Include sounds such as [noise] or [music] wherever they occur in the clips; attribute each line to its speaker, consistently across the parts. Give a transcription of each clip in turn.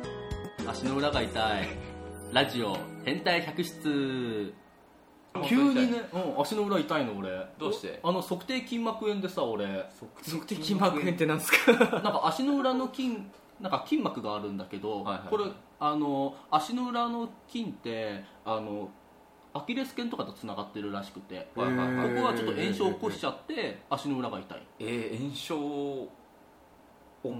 Speaker 1: よ
Speaker 2: 足の裏が痛いラジオ変態百室
Speaker 1: 本当
Speaker 2: 急に
Speaker 1: 痛い
Speaker 2: ね、うん、足の裏痛いの俺
Speaker 1: どうして
Speaker 2: あの測定筋膜炎でさ俺
Speaker 3: 測定筋膜炎ってなんですか
Speaker 2: なんか足の裏の筋なんか筋膜があるんだけど、
Speaker 1: はいはい
Speaker 2: これあの足の裏の筋ってあのアキレス腱とかとつながってるらしくてこ
Speaker 1: はいはいはい
Speaker 2: こはちょっと炎症を起こしちゃって足の裏が痛い
Speaker 1: えー、炎症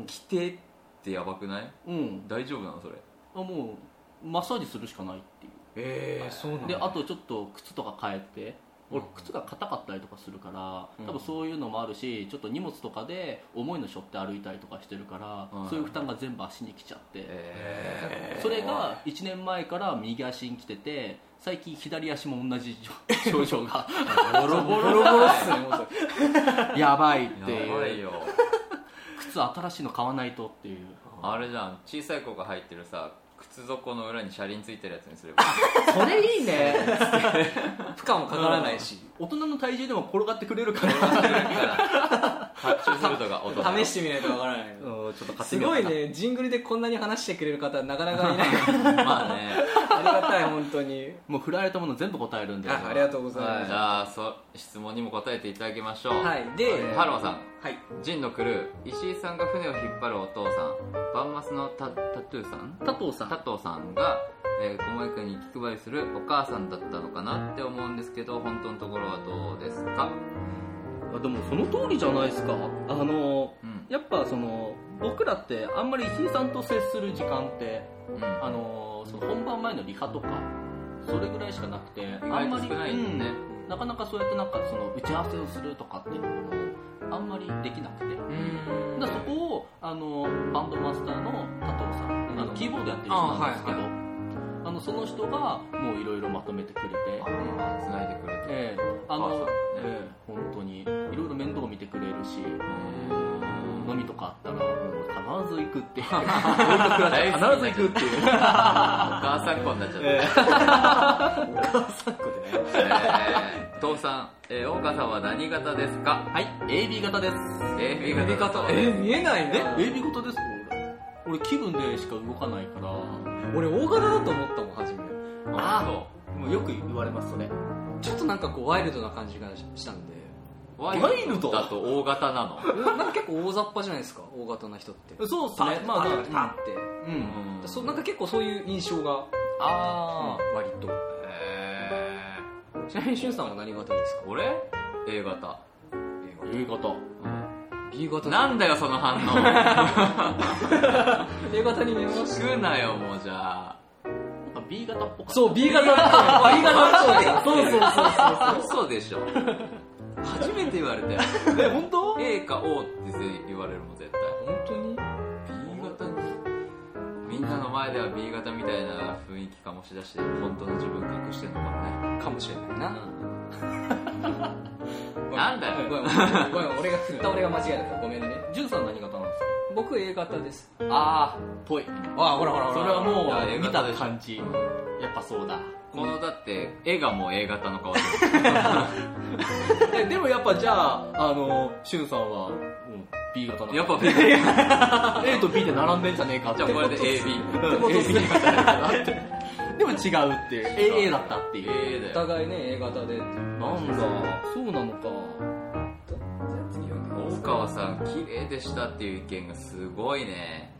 Speaker 1: 起きてってやばくない
Speaker 2: うん
Speaker 1: 大丈夫なのそれ
Speaker 2: あもうマッサージするしかないっていう
Speaker 3: ええそうなん
Speaker 2: で
Speaker 3: だ
Speaker 2: あとちょっと靴とか変えて俺靴が硬かったりとかするから多分そういうのもあるしちょっと荷物とかで重いの背負って歩いたりとかしてるから
Speaker 1: うん
Speaker 2: そういう負担が全部足に来ちゃって
Speaker 1: え
Speaker 2: それが1年前から右足に来てて最近左足も同じ症症状が
Speaker 3: ボロボロボロボロっすねもうそれ
Speaker 2: やばいっ
Speaker 1: や
Speaker 2: て
Speaker 1: ばい
Speaker 2: いう
Speaker 3: [laughs]
Speaker 1: よ
Speaker 2: 靴新しいの買わないとっていう
Speaker 1: あれじゃん小さい子が入ってるさ靴底の裏に車輪ついてるやつ
Speaker 3: [laughs]
Speaker 1: にすれば
Speaker 2: それいいね
Speaker 3: 負荷もかからないし
Speaker 2: 大人の体重でも転がってくれるから
Speaker 1: [laughs] 発注するとが音だよ
Speaker 3: 試してみないとわからない
Speaker 2: うんちょっと買って
Speaker 3: す
Speaker 2: みよう
Speaker 3: ご
Speaker 2: か
Speaker 3: い
Speaker 2: な
Speaker 3: ねジングルでこんなに話してくれる方なかなかいない
Speaker 1: まあ
Speaker 3: [laughs]
Speaker 1: ね
Speaker 3: ありがたい本当に
Speaker 2: もう振られたもの全部答えるんで
Speaker 3: あありがとうござい
Speaker 2: は
Speaker 3: ま
Speaker 1: じ
Speaker 3: す
Speaker 1: ゃあそ質問にも答えていただきましょう
Speaker 3: はいで
Speaker 1: ハルマさん
Speaker 3: はい
Speaker 1: ジンのクルー石井さんが船を引っ張るお父さんバンマスのタタトゥーさん
Speaker 2: 加藤さん
Speaker 1: 佐藤さんが、えー、小森君に気配りするお母さんだったのかなって思うんですけど本当のところはどうですか
Speaker 2: あでもその通りじゃないですかあの
Speaker 1: うん
Speaker 2: やっぱその僕らってあんまり石井さんと接する時間って
Speaker 1: うん
Speaker 2: あのその本番前のリハとかそれぐらいしかなくて
Speaker 1: 意
Speaker 2: あんまり
Speaker 1: 外と少ないんだね
Speaker 2: うんなかなかそうやってなんかその打ち合わせをするとかっていうのもあんまりできなくて
Speaker 1: う
Speaker 2: だからそこをあのバンドマスターの加藤さん、あのキーボードやってる人なんですけどあ、
Speaker 3: あは
Speaker 2: のその人がもういろいろまとめてくれて
Speaker 1: あつないでくれて
Speaker 2: ええあ
Speaker 1: あそ
Speaker 2: の、
Speaker 1: う
Speaker 2: ええ本当にいろいろ面倒見てくれるし飲みとかあったらもう必ず行く [laughs] っていう
Speaker 1: 大好き
Speaker 2: 必ず行くっていう
Speaker 1: お母さん子になっちゃった、えー、父さん、えー、大川さんは何型ですか
Speaker 2: はい AB 型です
Speaker 1: AB 型
Speaker 3: え見えない
Speaker 2: え
Speaker 3: ね
Speaker 2: AB 型です俺俺気分でしか動かないから
Speaker 3: 俺大型だと思ったもん初め
Speaker 1: あそ
Speaker 2: もうよく言われますそれ
Speaker 3: ちょっとなんかこうワイルドな感じがしたんで
Speaker 1: うワイルドだと大型なの
Speaker 3: なんか結構大雑把じゃないですか大型な人っ
Speaker 2: [laughs]
Speaker 3: て
Speaker 2: そうっす
Speaker 3: パ
Speaker 2: ね
Speaker 3: ッ
Speaker 2: まあ
Speaker 3: パ
Speaker 2: ね
Speaker 3: ッパッって、
Speaker 2: うん
Speaker 1: うん
Speaker 3: そうなんか結構そういう印象が
Speaker 1: あ
Speaker 3: 割と
Speaker 1: ーえ
Speaker 3: ちなみにしゅんさんは何型ですか
Speaker 1: ー、俺 A 型、
Speaker 2: AB 型
Speaker 3: B 型
Speaker 1: なんだよその反
Speaker 2: [laughs]
Speaker 1: 応
Speaker 3: A 型に見えます
Speaker 1: 聞くなよもうじゃあ
Speaker 2: なんか B 型っぽかった
Speaker 3: そう B 型だ B 型そうそうそう
Speaker 1: 嘘でしょ初めて言われたよ
Speaker 2: え本当
Speaker 1: A か O って言われるもん絶対
Speaker 3: 本当に
Speaker 1: B 型にみんなの前では B 型みたいな雰囲気醸し出して本当の自分隠してんのかもね
Speaker 3: かもしれないな
Speaker 1: なんだ
Speaker 3: ごめん
Speaker 1: よ
Speaker 3: ごめん俺が振った俺が間違えたごめんね
Speaker 2: 潤さん何型なんですか
Speaker 3: 僕 A 型です
Speaker 2: ああぽい
Speaker 3: あほらほらほら
Speaker 2: それはも
Speaker 1: いや
Speaker 2: う
Speaker 1: A
Speaker 2: 見
Speaker 1: 型
Speaker 2: た
Speaker 1: でしょ
Speaker 2: 感じやっぱそうだ
Speaker 1: このだって絵がもう A 型の顔で
Speaker 2: えでもやっぱじゃああのしゅんさんは、うん、B 型だ
Speaker 1: やっぱ B じ
Speaker 2: A と B で並んでんじゃねえかって
Speaker 1: ゃあ
Speaker 2: [laughs]
Speaker 1: これで ABA
Speaker 2: うん
Speaker 3: ってことっすね
Speaker 2: A B 型だってでも違うっていう AA だったっていう
Speaker 1: だ
Speaker 3: お
Speaker 1: よ
Speaker 3: 互いね A 型で
Speaker 2: なんだそうなのか
Speaker 3: 次読んでくだ
Speaker 1: 大
Speaker 3: さ
Speaker 1: 川さん綺麗でしたっていう意見がすごいね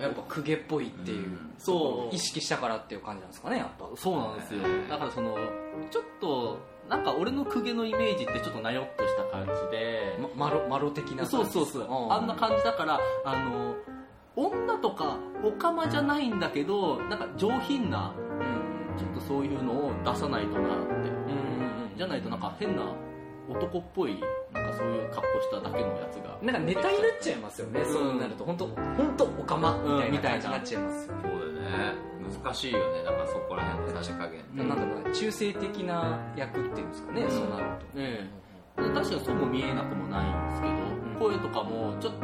Speaker 3: いやっぱ公家っぽいっていう、
Speaker 2: そう
Speaker 3: 意識したからっていう感じなんですかねやっぱ
Speaker 2: そうなんですよだからそのちょっとなんか俺の公家のイメージってちょっとなよっとした感じで
Speaker 3: まマロマロ的な
Speaker 2: そうそうそう
Speaker 3: あ
Speaker 2: あんな感じだからあの女とかオカマじゃないんだけどなんか上品な
Speaker 3: うんうん
Speaker 2: ちょっとそういうのを出さないとなって
Speaker 3: うんうん
Speaker 2: じゃないとなんか変な男っぽいなんかそういう格好しただけのやつが
Speaker 3: なんかネタになっちゃいますよね、
Speaker 2: うん
Speaker 3: そうなると本当本当オカマ
Speaker 2: うん
Speaker 3: みたいな感じになっちゃいますよ、
Speaker 1: そうだよね難しいよねなんかそこら辺のさじ加減って
Speaker 2: うん
Speaker 3: なんだろうな中性的な役っていうんですかね、
Speaker 2: うん
Speaker 3: そうなると、
Speaker 2: ええ確かにそうも見えなくもないんですけど、
Speaker 3: ん
Speaker 2: 声とかもちょっと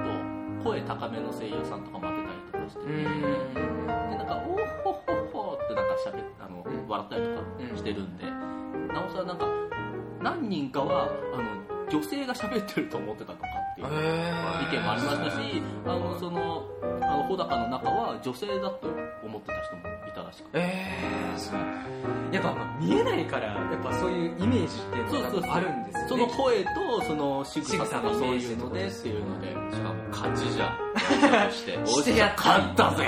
Speaker 2: 声高めの声優さんとかも当てたりとかしてて、でなんか「おーほっほっほ」ってなんかしゃべあの、
Speaker 3: うん
Speaker 2: 笑ったりとかしてるんで、なおさらなんか何人かはあの女性が喋ってると思ってたとかっていう意見もありましたし、あのそのあの穂高の中は女性だと思思ってた人もいたらしくて
Speaker 3: えー、そうやっぱまあ見えないからやっぱそういうイメージっていうのが
Speaker 2: そうそうそう
Speaker 3: あるんですよね
Speaker 2: その声とその仕草とか
Speaker 3: 仕草の
Speaker 2: そう
Speaker 3: イメー
Speaker 2: い
Speaker 3: ジ
Speaker 2: うのでっていうので
Speaker 1: しかも勝ちじゃん会社として
Speaker 3: してやった
Speaker 2: 勝ったぜ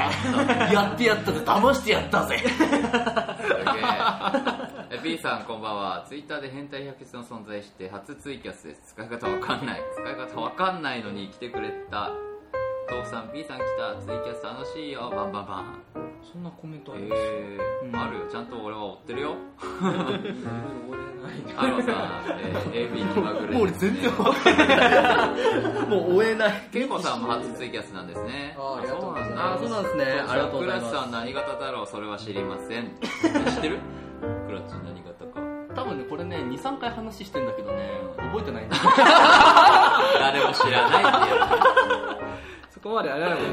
Speaker 2: やってやったぜ騙してやったぜ
Speaker 1: すげええ B さんこんばんはツイッターで変態百血の存在して初ツイキャスです使い方わかんない使い方わかんないのに来てくれた父さん B さん来たツイキャス楽しいよバンバンバン
Speaker 3: そんなコメントあります
Speaker 1: えー
Speaker 3: うん
Speaker 1: あるよちゃんと俺は追ってるよ
Speaker 3: 俺ないな
Speaker 1: アロさん、えー、AB にまぐれですね
Speaker 2: もう俺全然わかんないもう追えない
Speaker 1: ケイコさんも初ツイキャスなんですね
Speaker 3: あーありがとうございます
Speaker 2: あそうなんですねありがとうござい
Speaker 1: クラッチさ
Speaker 2: ま
Speaker 1: ん何型だろうそれは知りません知ってるクラッチ何型か
Speaker 2: す多分ねこれね23回話してんだけどね覚えてないんだ
Speaker 1: 誰も知らないっていう
Speaker 3: そこまであれなのか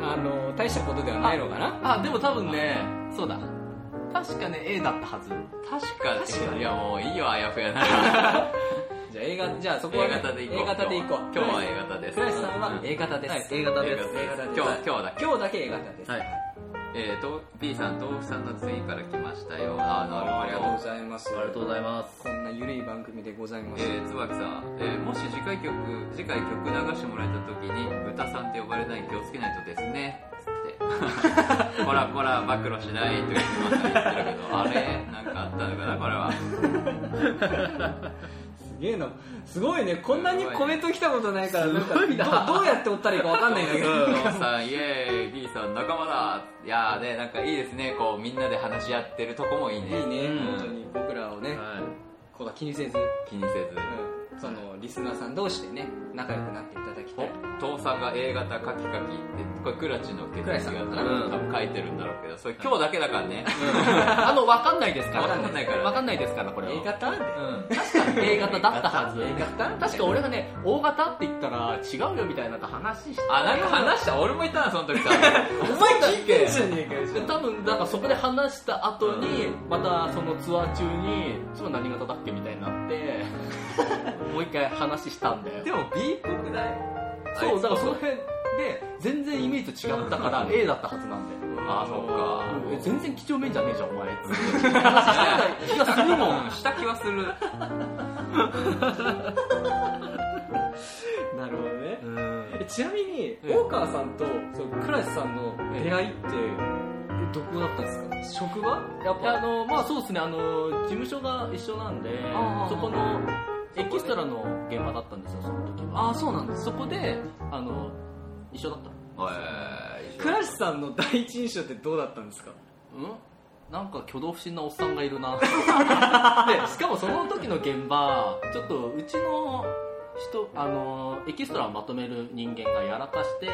Speaker 3: なあの大したことではないのかな
Speaker 2: あでも多分ねそうだ確かね A だったはず
Speaker 1: 確かにいやもういいよあやふやな
Speaker 3: [laughs] じゃあ A 型じゃあそこは
Speaker 1: A 型でいこう
Speaker 3: A 型でいこう
Speaker 1: 今日は A 型です
Speaker 3: 倉石さんは
Speaker 1: うん
Speaker 3: A 型です、
Speaker 2: A 型です
Speaker 1: A 型今
Speaker 3: A 型です
Speaker 1: 日は今日だけ
Speaker 3: 今日だけ A 型です、
Speaker 2: はい
Speaker 1: えーと B さん豆腐さんの次から来ましたよあーなるほど
Speaker 3: ありがとうございます
Speaker 2: ありがとうございます
Speaker 3: こんなゆるい番組でございます、
Speaker 1: えー、椿さん、えーもし次回曲次回曲流してもらえた時に歌さんって呼ばれない気をつけないとですねつって [laughs] こらこら暴露しないと言ってました言ってるけどあれなんかあったのかなこれは
Speaker 3: すげえなすごいねこんなにコメント来たことないからなんか
Speaker 2: すごいな
Speaker 3: どうどうやっておったらいいかわかんないんだけど
Speaker 1: 父さんイエーイ B さん仲間だいやーねなんかいいですねこうみんなで話し合ってるとこもいいね
Speaker 3: いいね、
Speaker 1: うん
Speaker 3: 本当に僕らをね、
Speaker 2: はい
Speaker 3: こうは気にせず、
Speaker 1: 気にせず
Speaker 3: うん、そのリスナーさん同士でね仲良くなっていただきたい
Speaker 1: お父さんが A 型カキカキってこれクラチの血液
Speaker 3: 倉
Speaker 1: が
Speaker 3: 地さん
Speaker 1: 多
Speaker 3: だった
Speaker 2: な
Speaker 1: 分書いてるんだろうけどそれ今日だけだからね
Speaker 2: あの分かんないですから
Speaker 1: わかんないから
Speaker 2: わかんないですからこれは
Speaker 3: A 型で
Speaker 2: うん確かに A 型だったはず
Speaker 3: A 型
Speaker 2: 確か俺がね O 型って言ったら違うよみたいな話して
Speaker 1: あなんか話した俺もいたなその時
Speaker 2: [laughs]
Speaker 1: さ
Speaker 3: お前聞いてんじゃねえかよじゃ
Speaker 2: 多分なんかそこで話した後に、またそのツアー中に「それ何型だっけ?」みたいになって [laughs] もう一回話したんだよ
Speaker 3: あでも B っぽくない
Speaker 2: そうだからその辺で全然イメージと違ったから A だったはずなんだよ
Speaker 1: あそっか
Speaker 2: うんえ全然貴重面じゃねえじゃんお [laughs] 前話してた気がするもん
Speaker 1: うんした気はする
Speaker 3: なるほどね
Speaker 2: うん
Speaker 3: えちなみに
Speaker 2: うん
Speaker 3: 大川さんとその倉地さんの出会いってえどこだったんですか職場やっ
Speaker 2: であ
Speaker 3: ぱ
Speaker 2: のまあそうですねあの事務所が一緒なんで
Speaker 3: あー
Speaker 2: そこのエキストラの現場だったんですよその時は
Speaker 3: あそうなんで
Speaker 2: そこであの一緒だった
Speaker 1: えー
Speaker 3: 倉地さんの第一印象ってどうだったんですか
Speaker 2: うんなんか挙動不審なおっさんがいる
Speaker 3: [laughs]
Speaker 2: なでしかもその時の現場ちょっとうちの人あのエキストラをまとめる人間がやらかして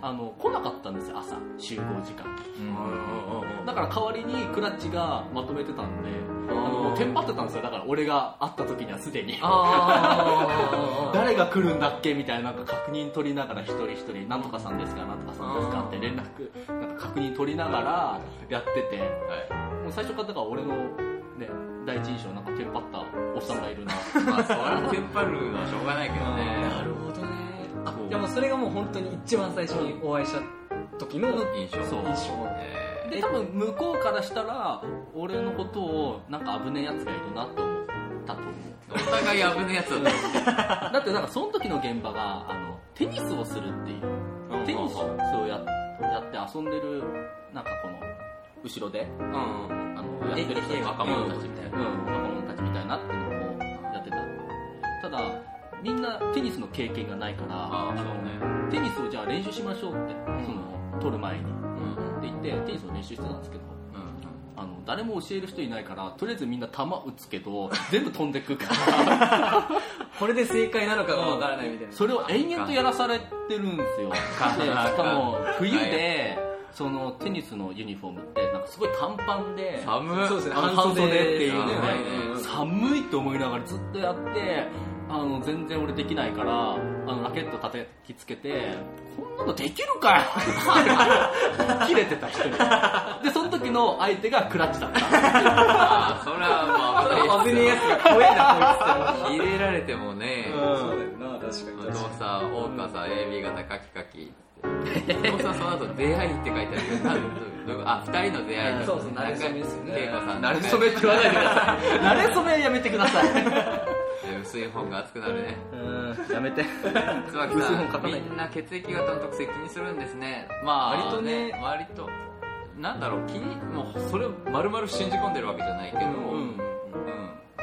Speaker 2: あの来なかったんですよ朝集合時間
Speaker 1: うん
Speaker 2: だから代わりにクラッチがまとめてたんであ
Speaker 3: あ
Speaker 2: の
Speaker 3: ー
Speaker 2: テンパってたんですよだから俺が会った時にはすでに
Speaker 3: [laughs] あ
Speaker 2: 誰が来るんだっけみたいななんか確認取りながら一人一人「なんとかさんですかなんとかさんですか?」って連絡なんか確認取りながらやってて
Speaker 1: はい
Speaker 2: もう最初からだから俺のね第一印象なんかテンパったおっさんがいるな
Speaker 1: まあそれはテ
Speaker 3: [laughs]
Speaker 1: ンパるのはしょうがないけど
Speaker 3: な
Speaker 1: ね
Speaker 3: るほどねあ
Speaker 2: そう
Speaker 3: でもそれがもう本当に一番最初にお会いした時の印
Speaker 1: 印象
Speaker 2: そう
Speaker 3: 象
Speaker 1: え
Speaker 2: で多分向こうからしたら俺のことをなんか危ねえやつがいるなと思ったと思う
Speaker 1: ーお互い危ないやつだった
Speaker 2: だってなんかその時の現場があのテニスをするっていうテニスをややって遊んでるなんかこの後ろで
Speaker 3: うん
Speaker 2: あのやってる人
Speaker 3: ええ
Speaker 2: 若者たちみたいな、うん、若者たちみたいなっていうのをやってたただみんなテニスの経験がないから
Speaker 1: あーそうね
Speaker 2: テニスをじゃあ練習しましょうって、
Speaker 3: ん
Speaker 2: その取る前にって
Speaker 1: うんうん
Speaker 2: 言ってテニスを練習してたんですけどあの誰も教える人いないからとりあえずみんな球打つけど全部飛んでくから
Speaker 3: これで正解なのかがわからないみたいな
Speaker 2: それを延々とやらされてるんですよでしかも冬でそのテニスのユニフォームってなんかすごい短パンで
Speaker 1: 寒っ
Speaker 3: そうですね
Speaker 2: 半袖っていう
Speaker 1: ね
Speaker 2: ね
Speaker 1: うん
Speaker 2: 寒いと思いながらずっとやってあの全然俺できないからあのラケット叩きつけてこんなのできるか [laughs] よ切れてた人にでその時の相手がクラッチだった [laughs]
Speaker 1: あーそれはもう危ない
Speaker 3: 危ねえやつが怖えなこい
Speaker 1: 入
Speaker 3: つ
Speaker 1: れられてもね
Speaker 3: そうだよな確確かに
Speaker 1: 父
Speaker 3: 確かに
Speaker 1: さん、大川さん、AB 型カキカキって。父さん、その後、出会いって書いてあるけど、なんどういうどういうことあ、二人の出会いだ
Speaker 3: そうそう馴れ初めですよね
Speaker 1: 恵子さん、
Speaker 2: 慣れ初めって言わないでください。慣れ初めやめてください。
Speaker 1: [laughs] え薄い本が熱くなるね。
Speaker 2: うん、やめて。
Speaker 1: 椿
Speaker 2: 薄い本書
Speaker 1: さ
Speaker 2: か
Speaker 1: ん、
Speaker 2: ないで
Speaker 1: みんな血液型の特性気にするんですね。まあ、
Speaker 3: 割とね
Speaker 1: 割と。なんだろう、気に、もう、それを丸々信じ込んでるわけじゃないけど、
Speaker 3: うん
Speaker 1: うん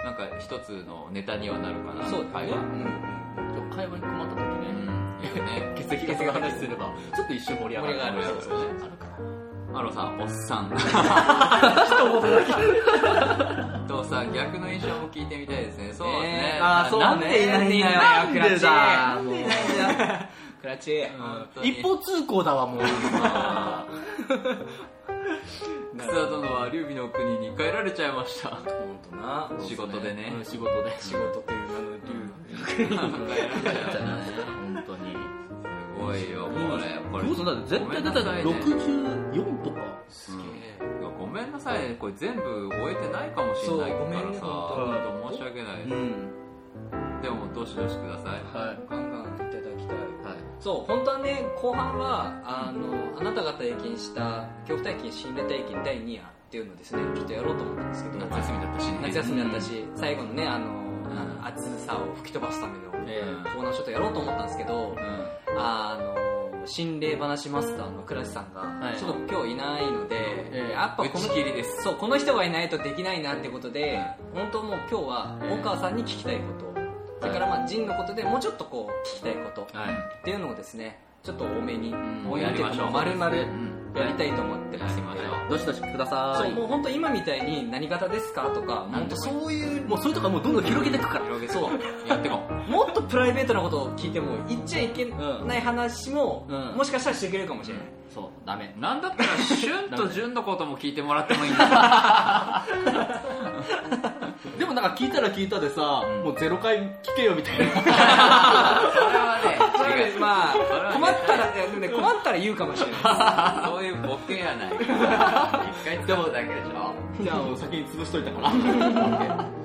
Speaker 1: なんか一つのネタにはなるかな、
Speaker 2: そうだ
Speaker 1: 会
Speaker 2: ね
Speaker 1: 話。
Speaker 2: 今日会話に困った時
Speaker 1: う
Speaker 2: ね、
Speaker 1: ん、いいよね。
Speaker 3: [laughs]
Speaker 2: 血液型の話すれば、ちょっと一瞬盛り上がる。
Speaker 3: 盛り上がる
Speaker 2: そうそう
Speaker 1: マロさん、おっさ
Speaker 3: [laughs]
Speaker 1: ん。とさ、逆の印象も聞いてみたいですね。そうですね。
Speaker 2: あーそうね
Speaker 3: なんでいないんだよ
Speaker 2: なんでだ
Speaker 3: クラチ
Speaker 2: なんでい
Speaker 3: クラチ
Speaker 1: 本当に
Speaker 2: 一方通行だわ、もう。
Speaker 1: 草殿は劉備の国に帰られちゃいました。
Speaker 3: 本当な
Speaker 1: 仕事でね
Speaker 2: うん [laughs] 仕事で。
Speaker 3: 仕事っていうあの
Speaker 1: 帰ら
Speaker 3: 竜
Speaker 1: れちゃいましたね。
Speaker 2: 本当に。
Speaker 1: すごいよ、これ。これ
Speaker 2: どうすんだって絶対出たら
Speaker 1: ごめんなさいね
Speaker 2: 64とか。
Speaker 3: す
Speaker 1: いやごめんなさいね、これ全部終えてないかもしれないか
Speaker 3: そうごめん
Speaker 1: ら
Speaker 3: ね
Speaker 1: さ、
Speaker 3: 本当
Speaker 1: 本当申し訳ない
Speaker 3: げえ。うん
Speaker 1: でも、どしどしください。
Speaker 2: はい。
Speaker 3: ガンガンいただきたい
Speaker 2: はい。
Speaker 3: そう本当はね後半はあのあなた方が経験した恐怖体験心霊体験第2夜っていうのをですねきっとやろうと思ったんですけど
Speaker 1: 夏休みだったしね。
Speaker 3: 夏休みだったし、最後のねあのあの暑さを吹き飛ばすための、
Speaker 2: えー
Speaker 3: コーナーちょっとやろうと思ったんですけ
Speaker 1: う
Speaker 3: ど、
Speaker 1: ん。
Speaker 3: あの心霊話マスターの倉地さんが、
Speaker 2: はい
Speaker 3: ちょっと今日いないので、
Speaker 2: ええ
Speaker 3: やっぱこ
Speaker 1: 打
Speaker 3: の
Speaker 1: ち切りです
Speaker 3: そうこの人がいないとできないなってことで、本当もう今日は
Speaker 2: ええ
Speaker 3: 大川さんに聞きたいこと、それからまあ仁のことでもうちょっとこう聞きたいことっ
Speaker 2: はい。
Speaker 3: ていうのをですねちょっと多めに、
Speaker 1: ん
Speaker 3: 多めにってい
Speaker 1: やり
Speaker 3: うか
Speaker 1: ましょう
Speaker 3: 丸々や
Speaker 1: ん
Speaker 3: りたいと思って
Speaker 1: や
Speaker 3: ます
Speaker 1: り
Speaker 3: の
Speaker 1: まし
Speaker 3: で、
Speaker 1: ょう。
Speaker 2: どしどしくだ
Speaker 3: そ
Speaker 2: さ
Speaker 3: う
Speaker 2: い。
Speaker 3: もう本当今みたいに何型ですかとか
Speaker 1: なん
Speaker 3: 本
Speaker 1: で
Speaker 3: 当
Speaker 1: もいい
Speaker 3: そういう
Speaker 2: もうそういうとこはもうどんどん広げていくから。
Speaker 1: 広げてこう。やってこう。
Speaker 3: もっとプライベートなことを聞いても言っちゃいけない話も、
Speaker 2: うん
Speaker 3: もしかしたらしてくれるかもしれない、
Speaker 2: そう、ダメ。
Speaker 1: [laughs] なんだったら、旬と順のことも聞いてもらってもいいんだ。
Speaker 2: でもなんか聞いたら聞いたでさ、
Speaker 1: ん
Speaker 2: もうゼロ回聞けよみたいな。[laughs]
Speaker 1: [laughs] それはね、違う。
Speaker 3: ま
Speaker 1: れは
Speaker 3: あ
Speaker 1: ね
Speaker 3: 困ったらいやでもね困ったら言うかもしれない
Speaker 1: そういうボケ [laughs] やない。一回でもだけでしょ。
Speaker 2: じゃあもう先に潰しといたから。